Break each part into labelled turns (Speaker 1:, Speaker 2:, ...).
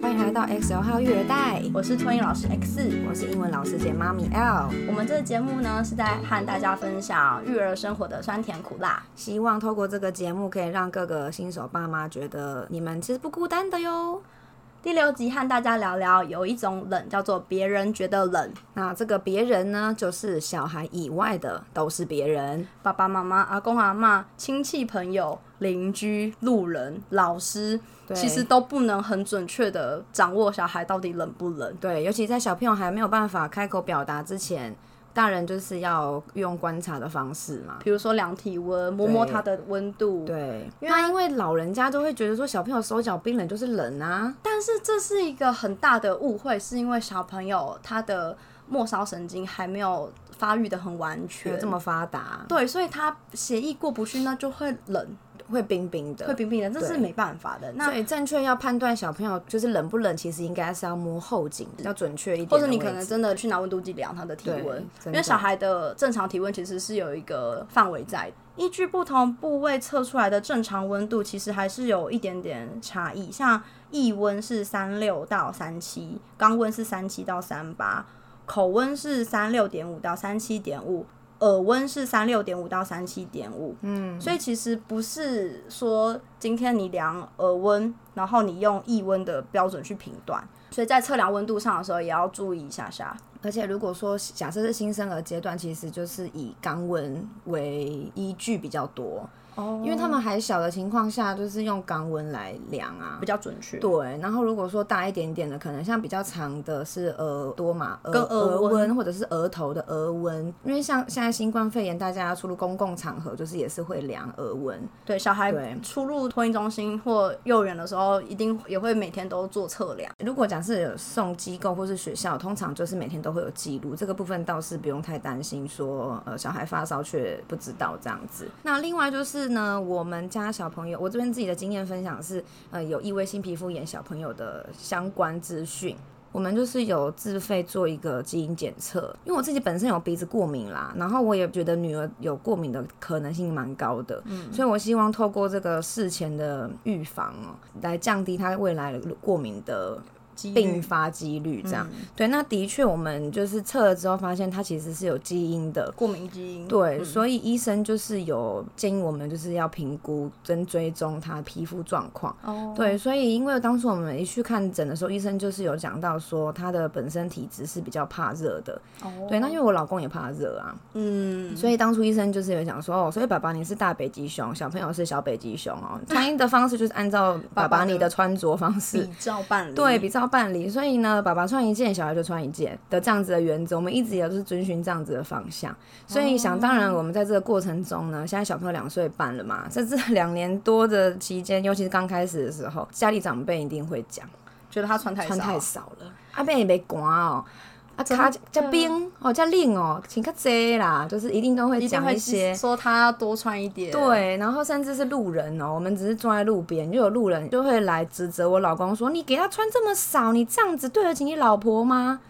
Speaker 1: XL 号育儿袋，
Speaker 2: 我是托英老师 X
Speaker 1: 我是英文老师姐妈咪 L，
Speaker 2: 我们这个节目呢是在和大家分享育儿生活的酸甜苦辣。
Speaker 1: 希望透过这个节目可以让各个新手爸妈觉得你们其实不孤单的哟。
Speaker 2: 第六集和大家聊聊有一种冷叫做别人觉得冷，
Speaker 1: 那这个别人呢，就是小孩以外的都是别人，
Speaker 2: 爸爸妈妈、阿公阿妈、亲戚朋友、邻居、路人、老师，
Speaker 1: 对
Speaker 2: 其实都不能很准确的掌握小孩到底冷不冷。
Speaker 1: 对，尤其在小朋友还没有办法开口表达之前，大人就是要用观察的方式嘛。
Speaker 2: 比如说量体温，摸
Speaker 1: 对
Speaker 2: 摸它的温度。
Speaker 1: 对，那因为老人家都会觉得说小朋友手脚冰冷就是冷啊，
Speaker 2: 但是这是一个很大的误会，是因为小朋友他的末梢神经还没有发育的很完
Speaker 1: 没有
Speaker 2: 全，
Speaker 1: 这么发达，
Speaker 2: 对，所以他血液过不去，那就会冷，
Speaker 1: 会冰冰的，
Speaker 2: 会冰冰的，这是没办法的。那
Speaker 1: 所以正确要判断小朋友就是冷不冷，其实应该是要摸后颈，要准确一点
Speaker 2: 或
Speaker 1: 的位置。
Speaker 2: 者你可能真的去拿温度计量他的体
Speaker 1: 对
Speaker 2: 温，因
Speaker 1: 真
Speaker 2: 为
Speaker 1: 的
Speaker 2: 小孩的正常体温其实是有一个范围在的，依据不同部位测出来的正常温度其实还是有一点点差异，像腋温是三六到三七，肛温是三七到三八，口温是三六点五到三七点五。耳温是三六点五到三七点五，嗯，所以其实不是说今天你量耳温，然后你用腋温的标准去评断，所以在测量温度上的时候也要注意一下下。
Speaker 1: 而且如果说假设是新生儿阶段，其实就是以肛温为依据比较多，
Speaker 2: 哦
Speaker 1: 因为他们还小的情况下，就是用肛温来量啊
Speaker 2: 比。较准确。
Speaker 1: 对，然后如果说大一点点的，可能像比较长的是耳朵嘛，
Speaker 2: 跟
Speaker 1: 额
Speaker 2: 额
Speaker 1: 额
Speaker 2: 温
Speaker 1: 温或者是额头的额温，因为像现在新冠肺炎，大家出入公共场合就是也是会量额温，
Speaker 2: 对，小孩
Speaker 1: 对
Speaker 2: 出入托婴中心或幼儿园的时候，一定也会每天都做测量。
Speaker 1: 如果假设有送机构或是学校，通常就是每天都会有记录，这个部分倒是不用太担心说，呃，小孩发烧却不知道这样子。那另外就是呢，我们家小朋友，我这边自己的经验分享是，呃，有异位性皮肤炎小朋友的相关资讯。我们就是有自费做一个基因检测，因为我自己本身有鼻子过敏啦，然后我也觉得女儿有过敏的可能性蛮高的，所以我希望透过这个事前的预防哦，来降低她未来的过敏的
Speaker 2: 几率
Speaker 1: 并发几率。这样、
Speaker 2: 嗯
Speaker 1: 对，那的确我们就是测了之后发现它其实是有基因的。
Speaker 2: 过敏基因，
Speaker 1: 对，所以医生就是有建议我们就是要评估跟追踪她皮肤状况。
Speaker 2: 哦，
Speaker 1: 对，所以因为当时我们一去看诊的时候，医生就是有讲到说她的本身体质是比较怕热的。
Speaker 2: 哦
Speaker 1: 对，那因为我老公也怕热啊，
Speaker 2: 嗯，
Speaker 1: 所以当初医生就是有讲说，哦，所以爸爸你是大北极熊，小朋友是小北极熊 哦。穿衣的方式就是按照
Speaker 2: 爸
Speaker 1: 爸
Speaker 2: 爸
Speaker 1: 爸
Speaker 2: 的
Speaker 1: 你的穿着方
Speaker 2: 比
Speaker 1: 式。
Speaker 2: 照办理，
Speaker 1: 对，比照办理，所以呢，爸爸穿一件，小孩就穿一件的这样子的原则，我们一直也都是遵循这样子的方向。所以想当然，我们在这个过程中呢，现在小朋友两岁半了嘛，在这两年多的期间，尤其是刚开始的时候，家里长辈一定会讲
Speaker 2: 觉得他穿太
Speaker 1: 穿
Speaker 2: 少
Speaker 1: 太少了，啊，被你被寒哦，啊，卡加冰哦，加冷哦，请较济啦，就是一定都会
Speaker 2: 一定
Speaker 1: 讲
Speaker 2: 会
Speaker 1: 一些。
Speaker 2: 说他要多穿一点。，
Speaker 1: 对，然后甚至是路人哦，我们只是坐在路边，就有路人就会来指责我老公说：“你给他穿这么少，你这样子对得起你老婆吗？”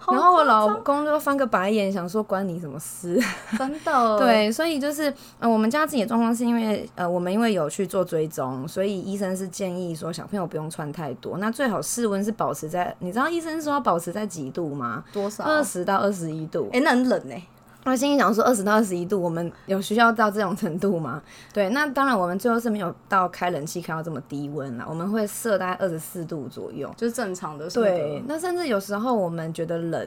Speaker 2: 好
Speaker 1: 然后我老公就翻个白眼，想说关你什么事？
Speaker 2: 真的，
Speaker 1: 对，所以就是呃，我们家自己的状况是因为呃，我们因为有去做追踪，所以医生是建议说小朋友不用穿太多，那最好室温是保持在，你知道医生说要保持在几度吗？
Speaker 2: 多少？
Speaker 1: 二，十到二十一度。
Speaker 2: 哎，那很冷哎，
Speaker 1: 我心里想说，二十到二十一度，我们有需要到这种程度吗？对，那当然我们最后是没有到开冷气开到这么低温啦，我们会设大概二十四度左右。
Speaker 2: 就是正常的。
Speaker 1: 对，，那甚至有时候我们觉得冷，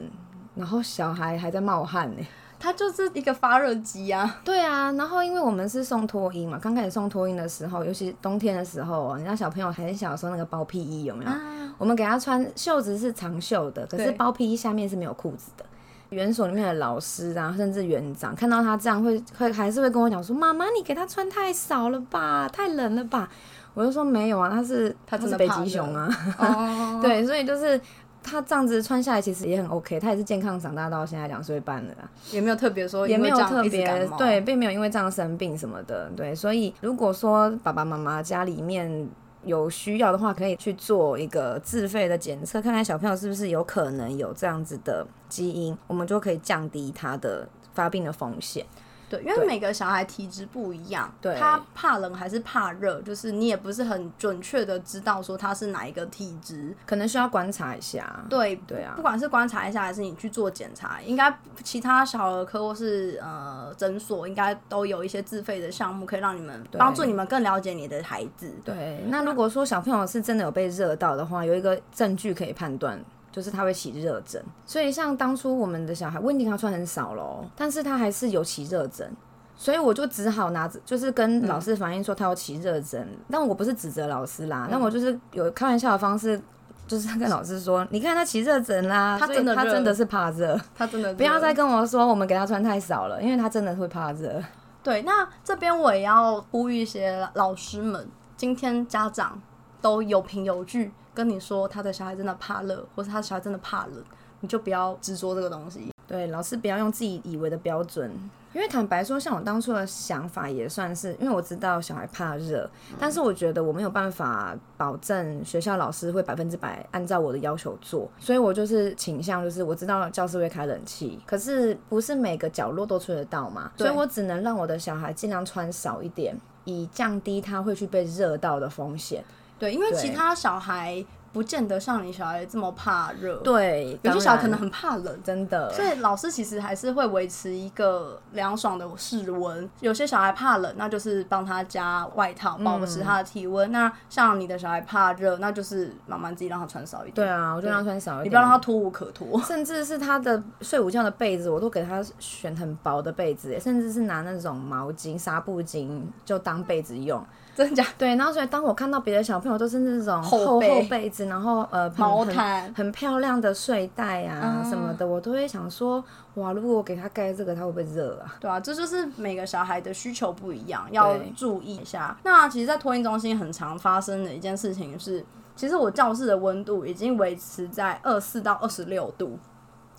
Speaker 1: 然后小孩还在冒汗呢、
Speaker 2: 他就是一个发热机 啊，
Speaker 1: 对啊，然后因为我们是送托婴嘛，刚开始送托婴的时候，尤其冬天的时候、哦，你知道小朋友很小的时候那个包屁衣有没有？我们给他穿袖子是长袖的，可是
Speaker 2: 啊对
Speaker 1: 包屁衣下面是没有裤子的。园所里面的老师啊，甚至园长看到他这样会会还是会跟我讲说：“妈妈，你给他穿太少了吧，太冷了吧。”我就说没有啊，他是
Speaker 2: 他真
Speaker 1: 是
Speaker 2: 的
Speaker 1: 北
Speaker 2: 怕
Speaker 1: 极
Speaker 2: 热
Speaker 1: 熊啊，
Speaker 2: 哦，
Speaker 1: 对，所以就是他这样子穿下来其实也很 OK，他也是健康长大到现在两岁半了啦。啊
Speaker 2: 也没有特别说因
Speaker 1: 也
Speaker 2: 为
Speaker 1: 没有
Speaker 2: 这样
Speaker 1: 特
Speaker 2: 一直
Speaker 1: 别
Speaker 2: 感冒
Speaker 1: 对，并没有因为这样生病什么的，对，所以如果说爸爸妈妈家里面有需要的话，可以去做一个自费的检测，看看小朋友是不是有可能有这样子的基因，我们就可以降低他的发病的风险。
Speaker 2: 对，因为
Speaker 1: 对
Speaker 2: 每个小孩体质不一样，
Speaker 1: 对
Speaker 2: 他怕冷还是怕热，就是你也不是很准确的知道说他是哪一个体质。
Speaker 1: 可能需要观察一下。
Speaker 2: 对
Speaker 1: 对啊
Speaker 2: 不管是观察一下，还是你去做检查，应该其他小儿科或是呃诊所，应该都有一些自费的项目，可以让你们
Speaker 1: 对
Speaker 2: 帮助你们更了解你的孩子。
Speaker 1: 对，那如果说小朋友是真的有被热到的话，有一个证据可以判断。就是他会起热疹，所以像当初我们的小孩温迪卡穿很少喽，但是他还是有起热疹，所以我就只好拿着，就是跟老师反映说他有起热疹，但我不是指责老师啦，但我就是有开玩笑的方式，就是跟老师说，你看他起热疹啦，
Speaker 2: 他
Speaker 1: 所以
Speaker 2: 真的
Speaker 1: 他
Speaker 2: 热
Speaker 1: 真的是怕热，
Speaker 2: 他真的
Speaker 1: 不要再跟我说我们给他穿太少了，因为他真的会怕热。
Speaker 2: 对，那这边我也要呼吁一些老师们，今天家长都有凭有据跟你说他的小孩真的怕热，或是他的小孩真的怕冷，你就不要执着这个东西。
Speaker 1: 对，老师不要用自己以为的标准，因为坦白说，像我当初的想法也算是，因为我知道小孩怕热，但是我觉得我没有办法保证学校老师会百分之百按照我的要求做，所以我就是倾向就是我知道教室会开冷气，可是不是每个角落都吹得到嘛，所以
Speaker 2: 对
Speaker 1: 我只能让我的小孩尽量穿少一点，以降低他会去被热到的风险。
Speaker 2: 对，因为
Speaker 1: 对
Speaker 2: 其他小孩不见得像你小孩这么怕热，，
Speaker 1: 对，
Speaker 2: 有些
Speaker 1: 当
Speaker 2: 小孩可
Speaker 1: 然
Speaker 2: 能很怕冷。
Speaker 1: 真的，
Speaker 2: 所以老师其实还是会维持一个凉爽的室温。有些小孩怕冷，那就是帮他加外套保持他的体温。那像你的小孩怕热，那就是慢慢自己让他穿少一点。
Speaker 1: 对啊，我就让他穿少一点，
Speaker 2: 你不要让他脱无可脱。
Speaker 1: 甚至是他的睡午觉的被子，我都给他选很薄的被子耶，甚至是拿那种毛巾、纱布巾就当被子用。
Speaker 2: 真的假的？
Speaker 1: 对，然后所以当我看到别的小朋友都是那种
Speaker 2: 厚
Speaker 1: 厚厚
Speaker 2: 被
Speaker 1: 被子，然后呃很
Speaker 2: 毛
Speaker 1: 很
Speaker 2: 毯
Speaker 1: 很漂亮的睡袋啊什么的，我都会想说，哇，如果我给他盖这个，他会不会热啊？
Speaker 2: 对啊，这就是每个小孩的需求不一样，要
Speaker 1: 对
Speaker 2: 注意一下。那其实，在托婴中心很常发生的一件事情是，其实我教室的温度已经维持在二四到二十六度。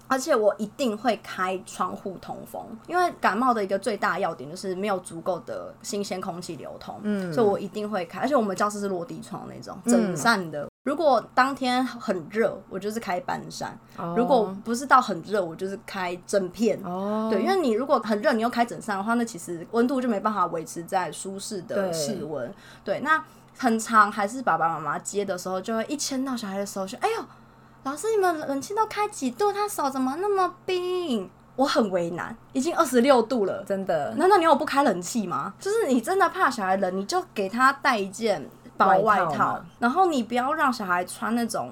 Speaker 2: 而且我一定会开窗户通风，因为感冒的一个最大要点就是没有足够的新鲜空气流通，嗯，所以我一定会开。而且我们教室是落地窗那
Speaker 1: 嗯
Speaker 2: 种，整扇的。如果当天很热，我就是开半扇；
Speaker 1: 哦
Speaker 2: 如果不是到很热，我就是开整片。
Speaker 1: 哦，
Speaker 2: 对，因为你如果很热，你又开整扇的话，那其实温度就没办法维持在舒适的
Speaker 1: 对
Speaker 2: 室温。对，那很长还是爸爸妈妈接的时候，就会一牵到小孩的手说：“哎呦，老师，你们冷气都开几度？他手怎么那么冰？”我很为难，已经二十六度了，
Speaker 1: 真的
Speaker 2: 难道你有不开冷气吗？就是你真的怕小孩冷，你就给他带一件薄外
Speaker 1: 外
Speaker 2: 套，
Speaker 1: 套嘛
Speaker 2: 然后你不要让小孩穿那种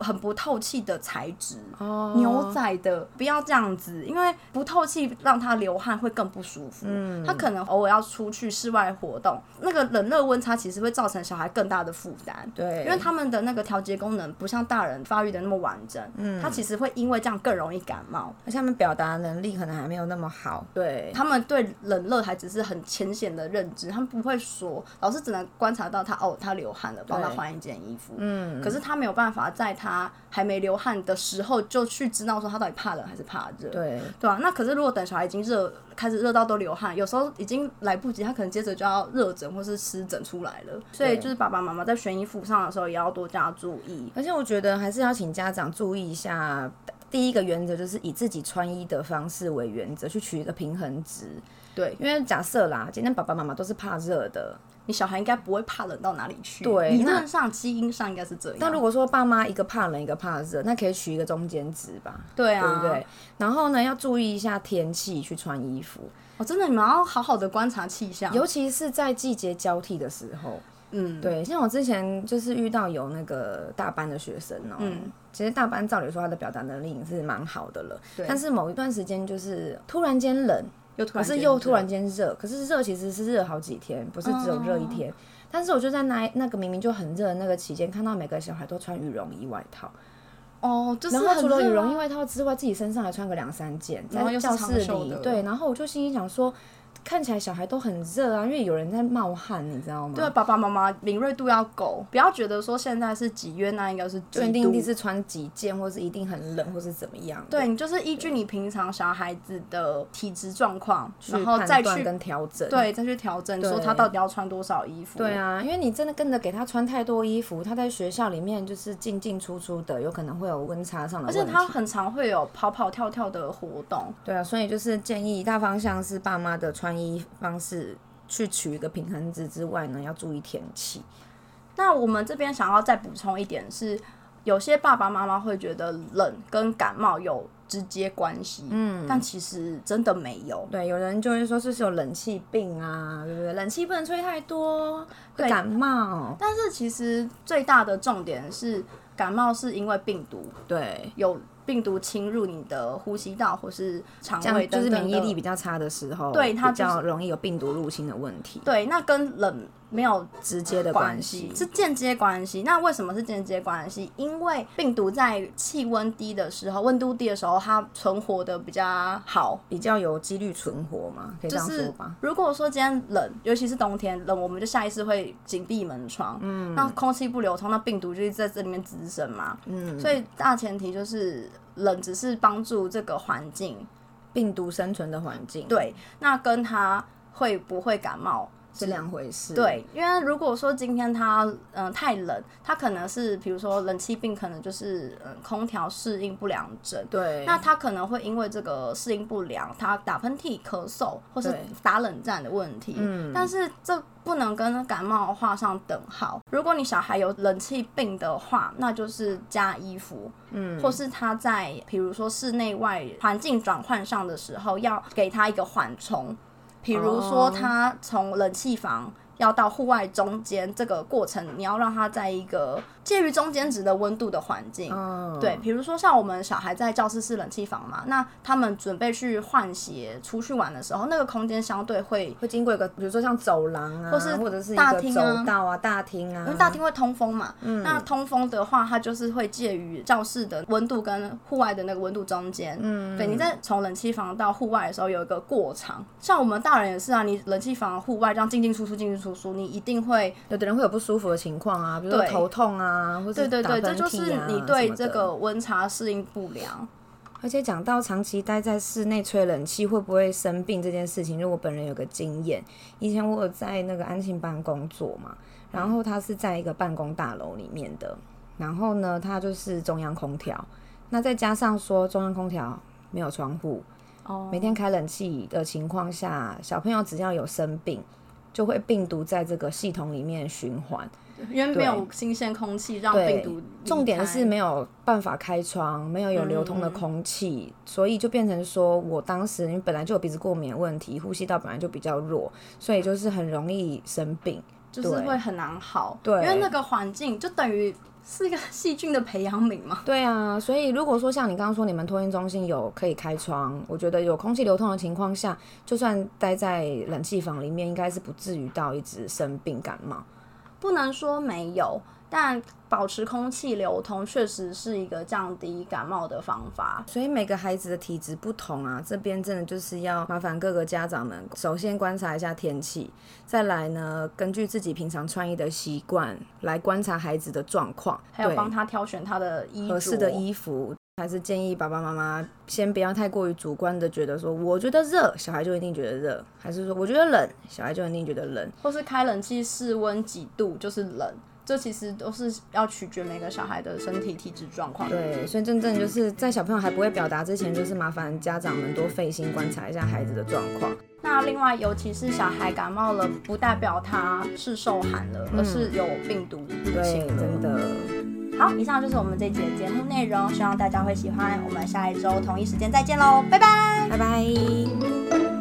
Speaker 2: 很不透气的材质。
Speaker 1: 哦，
Speaker 2: 牛仔的，不要这样子，因为不透气，让他流汗会更不舒服。
Speaker 1: 嗯
Speaker 2: 他可能偶尔要出去室外活动，那个冷热温差其实会造成小孩更大的负担。
Speaker 1: 对，
Speaker 2: 因为他们的那个调节功能不像大人发育的那么完整，嗯，他其实会因为这样更容易感冒。
Speaker 1: 而且他们表达能力可能还没有那么好，对，
Speaker 2: 他们对冷热还只是很浅显的认知，他们不会说，老师只能观察到他哦，他流汗了，帮他
Speaker 1: 对
Speaker 2: 换一件衣服。
Speaker 1: 嗯，
Speaker 2: 可是他没有办法在他还没流汗的时候就去知道说他到底怕冷还是怕热。
Speaker 1: 对，
Speaker 2: 对啊，那可是如果等小孩已经热，开始热到都流汗，有时候已经来不及，他可能接着就要热疹或是湿疹出来了。所以
Speaker 1: 对
Speaker 2: 就是爸爸妈妈在选衣服上的时候也要多加注意。
Speaker 1: 而且我觉得还是要请家长注意一下，第一个原则就是以自己穿衣的方式为原则，去取一个平衡值。
Speaker 2: 对
Speaker 1: 因为假设啦，今天爸爸妈妈都是怕热的，
Speaker 2: 你小孩应该不会怕冷到哪里去，
Speaker 1: 对
Speaker 2: 理
Speaker 1: 那
Speaker 2: 论上基因上应该是这样。
Speaker 1: 那如果说爸妈一个怕冷，一个怕热，那可以取一个中间值吧，
Speaker 2: 对
Speaker 1: 对
Speaker 2: 啊，
Speaker 1: 不对？然后呢，要注意一下天气去穿衣服，
Speaker 2: 哦，真的你们要好好的观察气象。
Speaker 1: 尤其是在季节交替的时候。
Speaker 2: 嗯，
Speaker 1: 对，像我之前就是遇到有那个大班的学生哦、
Speaker 2: 嗯
Speaker 1: 其实大班照理说他的表达能力已经是蛮好的了，
Speaker 2: 对
Speaker 1: 但是某一段时间就是突然间冷，
Speaker 2: 又突
Speaker 1: 可
Speaker 2: 然间
Speaker 1: 是又突然间热，可是热其实是热好几天，不是只有
Speaker 2: 哦
Speaker 1: 热一天。但是我就在那那个明明就很热的那个期间，看到每个小孩都穿羽绒衣外套，
Speaker 2: 哦，就是
Speaker 1: 然后除了
Speaker 2: 很
Speaker 1: 羽
Speaker 2: 热啊
Speaker 1: 绒衣外套之外，自己身上还穿个两三件，
Speaker 2: 然后
Speaker 1: 在
Speaker 2: 又是
Speaker 1: 教
Speaker 2: 长
Speaker 1: 室
Speaker 2: 袖
Speaker 1: 里
Speaker 2: 的
Speaker 1: 对，然后我就心里想说。看起来小孩都很热啊，因为有人在冒汗，你知道吗？
Speaker 2: 对，啊爸爸妈妈敏锐度要够，不要觉得说现在是几月，那应该是
Speaker 1: 就
Speaker 2: 几
Speaker 1: 一定
Speaker 2: 度
Speaker 1: 一定是穿几件，或是一定很冷，或是怎么样的。
Speaker 2: 对你就是依据你平常小孩子的体质状况，然后
Speaker 1: 判
Speaker 2: 再
Speaker 1: 断
Speaker 2: 去
Speaker 1: 跟调整。
Speaker 2: 对再去调整，说
Speaker 1: 对
Speaker 2: 他到底要穿多少衣服。
Speaker 1: 对啊，因为你真的跟着给他穿太多衣服，他在学校里面就是进进出出的，有可能会有温差上的
Speaker 2: 而且
Speaker 1: 问题。
Speaker 2: 他很常会有跑跑跳跳的活动，
Speaker 1: 对啊，所以就是建议大方向是爸妈的穿衣方式去取一个平衡值之外呢，要注意天气。
Speaker 2: 那我们这边想要再补充一点是，有些爸爸妈妈会觉得冷跟感冒有直接关系，嗯，但其实真的没有。
Speaker 1: 对，有人就会说是不是有冷气病啊，对不对？冷气不能吹太多，会
Speaker 2: 对
Speaker 1: 感冒。
Speaker 2: 但是其实最大的重点是，感冒是因为病毒
Speaker 1: 对，
Speaker 2: 有病毒侵入你的呼吸道或是肠
Speaker 1: 这
Speaker 2: 胃
Speaker 1: 样就是
Speaker 2: 等等
Speaker 1: 免疫
Speaker 2: 的
Speaker 1: 力比较差的时候，
Speaker 2: 对它
Speaker 1: 比
Speaker 2: 就是
Speaker 1: 较容易有病毒入侵的问题，
Speaker 2: 对，那跟冷没有
Speaker 1: 直接的
Speaker 2: 关
Speaker 1: 系
Speaker 2: 系，是间接关系。那为什么是间接关系？因为病毒在气温低的时候，温度低的时候，它存活的比较好。
Speaker 1: 比较有几率存活嘛，可以
Speaker 2: 就
Speaker 1: 这样说
Speaker 2: 是
Speaker 1: 吧。
Speaker 2: 如果说今天冷，尤其是冬天冷，我们就下意识会紧闭门窗，嗯，那空气不流通，那病毒就是在这里面滋生嘛，嗯，所以大前提就是冷只是帮助这个环境，
Speaker 1: 病毒生存的环境，，
Speaker 2: 对，那跟它会不会感冒
Speaker 1: 是两回事。，
Speaker 2: 对，因为如果说今天它嗯、呃太冷，它可能是比如说冷气病，可能就是嗯、呃空调适应不良症。
Speaker 1: 对，
Speaker 2: 那它可能会因为这个适应不良，它打喷嚏、咳嗽，或是
Speaker 1: 对
Speaker 2: 打冷战的问题。嗯，但是这不能跟感冒画上等号。如果你小孩有冷气病的话，那就是加衣服，嗯，或是他在比如说室内外环境转换上的时候，要给他一个缓冲。比如说
Speaker 1: 哦
Speaker 2: 他从冷气房要到户外中间这个过程，你要让他在一个介于中间值的温度的环境。
Speaker 1: 嗯，
Speaker 2: 对，比如说像我们小孩在教室是冷气房嘛，那他们准备去换鞋出去玩的时候，那个空间相对会，
Speaker 1: 会经过一个，比如说像走廊啊，
Speaker 2: 或是
Speaker 1: 或者是一
Speaker 2: 大
Speaker 1: 个
Speaker 2: 厅
Speaker 1: 走
Speaker 2: 啊
Speaker 1: 道啊、大厅啊，
Speaker 2: 因为大厅会通风嘛，
Speaker 1: 嗯
Speaker 2: 那通风的话，它就是会介于教室的温度跟户外的那个温度中间。嗯，对，你在从冷气房到户外的时候有一个过场，像我们大人也是啊，你冷气房户外这样进进出出进进出出，你一定会
Speaker 1: 有的人会有不舒服的情况啊，比如说
Speaker 2: 对
Speaker 1: 头痛啊，或者、
Speaker 2: 对对对，这就是你对这
Speaker 1: 啊什么的
Speaker 2: 个温差适应不良。
Speaker 1: 而且讲到长期待在室内吹冷气会不会生病这件事情，就我本人有个经验。以前我有在那个安庆办工作嘛，然后他是在一个办公大楼里面的，然后呢，它就是中央空调，那再加上说中央空调没有窗户，
Speaker 2: 哦
Speaker 1: 每天开冷气的情况下，小朋友只要有生病，就会病毒在这个系统里面循环。
Speaker 2: 因为没有新鲜空气让
Speaker 1: 对
Speaker 2: 病毒离
Speaker 1: 重点
Speaker 2: 开
Speaker 1: 是没有办法开窗，没有有流通的空气，所以就变成说我当时因为本来就有鼻子过敏的问题，呼吸道本来就比较弱，所以就是很容易生病。
Speaker 2: 就是
Speaker 1: 对
Speaker 2: 会很难好，
Speaker 1: 对
Speaker 2: 因为那个环境就等于是一个细菌的培养皿嘛。
Speaker 1: 对啊，所以如果说像你刚刚说，你们托运中心有可以开窗，我觉得有空气流通的情况下，就算待在冷气房里面，应该是不至于到一直生病感冒。
Speaker 2: 不能说没有，但保持空气流通确实是一个降低感冒的方法。
Speaker 1: 所以每个孩子的体质不同啊，这边真的就是要麻烦各个家长们，首先观察一下天气，再来呢，根据自己平常穿衣的习惯来观察孩子的状况，
Speaker 2: 还有
Speaker 1: 对
Speaker 2: 帮他挑选他的衣着哦
Speaker 1: 合适的衣服。还是建议爸爸妈妈先不要太过于主观的觉得说，我觉得热，小孩就一定觉得热；还是说我觉得冷，小孩就一定觉得冷。
Speaker 2: 或是开冷气室温几度就是冷，这其实都是要取决每个小孩的身体体质状况。
Speaker 1: 对，所以真正就是在小朋友还不会表达之前，就是麻烦家长们多费心观察一下孩子的状况。
Speaker 2: 那另外，尤其是小孩感冒了，不代表他是受寒了，而是有病毒入
Speaker 1: 对
Speaker 2: 侵，了。
Speaker 1: 真的。
Speaker 2: 好，以上就是我们这集的节目内容，希望大家会喜欢。我们下一周同一时间再见喽，拜拜。
Speaker 1: 拜拜。